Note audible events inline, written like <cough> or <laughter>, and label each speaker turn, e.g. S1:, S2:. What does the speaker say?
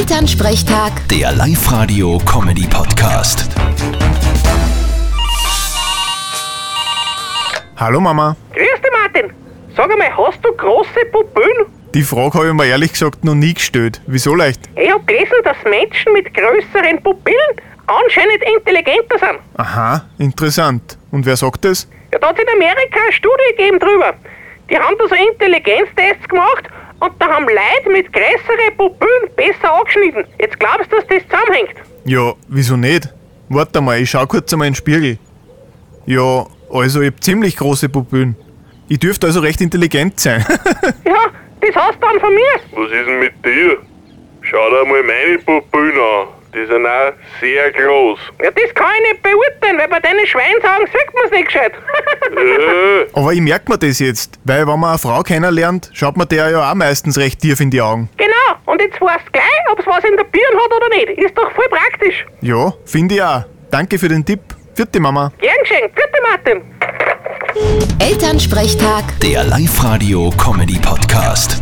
S1: Elternsprechtag,
S2: Der Live-Radio-Comedy-Podcast.
S3: Hallo Mama.
S4: Grüß dich, Martin. Sag einmal, hast du große Pupillen?
S3: Die Frage habe ich mir ehrlich gesagt noch nie gestellt. Wieso leicht?
S4: Ich hab gelesen, dass Menschen mit größeren Pupillen anscheinend intelligenter sind.
S3: Aha, interessant. Und wer sagt das?
S4: Ja, da hat in Amerika eine Studie gegeben drüber. Die haben da so Intelligenztests gemacht und da haben Leute mit größeren Pupillen besser angeschnitten. Jetzt glaubst du, dass das zusammenhängt?
S3: Ja, wieso nicht? Warte mal, ich schau kurz einmal in den Spiegel. Ja, also ich hab ziemlich große Pupillen. Ich dürfte also recht intelligent sein. <laughs>
S4: Ja, das hast du dann von mir.
S5: Was ist denn mit dir? Schau dir mal meine Pupillen an. Die sind auch sehr groß.
S4: Ja, das kann ich nicht beurteilen, weil bei deinen Schweinsaugen sieht man's nicht gescheit. <laughs>
S5: Äh,
S3: Aber ich merke mir das jetzt, weil wenn man eine Frau kennenlernt, schaut man der ja auch meistens recht tief in die Augen.
S4: genau, und jetzt weißt du gleich, ob's was in der Birne hat oder nicht. Ist doch voll praktisch.
S3: Ja, finde ich auch. Danke für den Tipp. Vierte Mama.
S4: Gern geschenkt. Bitte, Martin.
S1: Elternsprechtag.
S2: Der Live-Radio-Comedy-Podcast.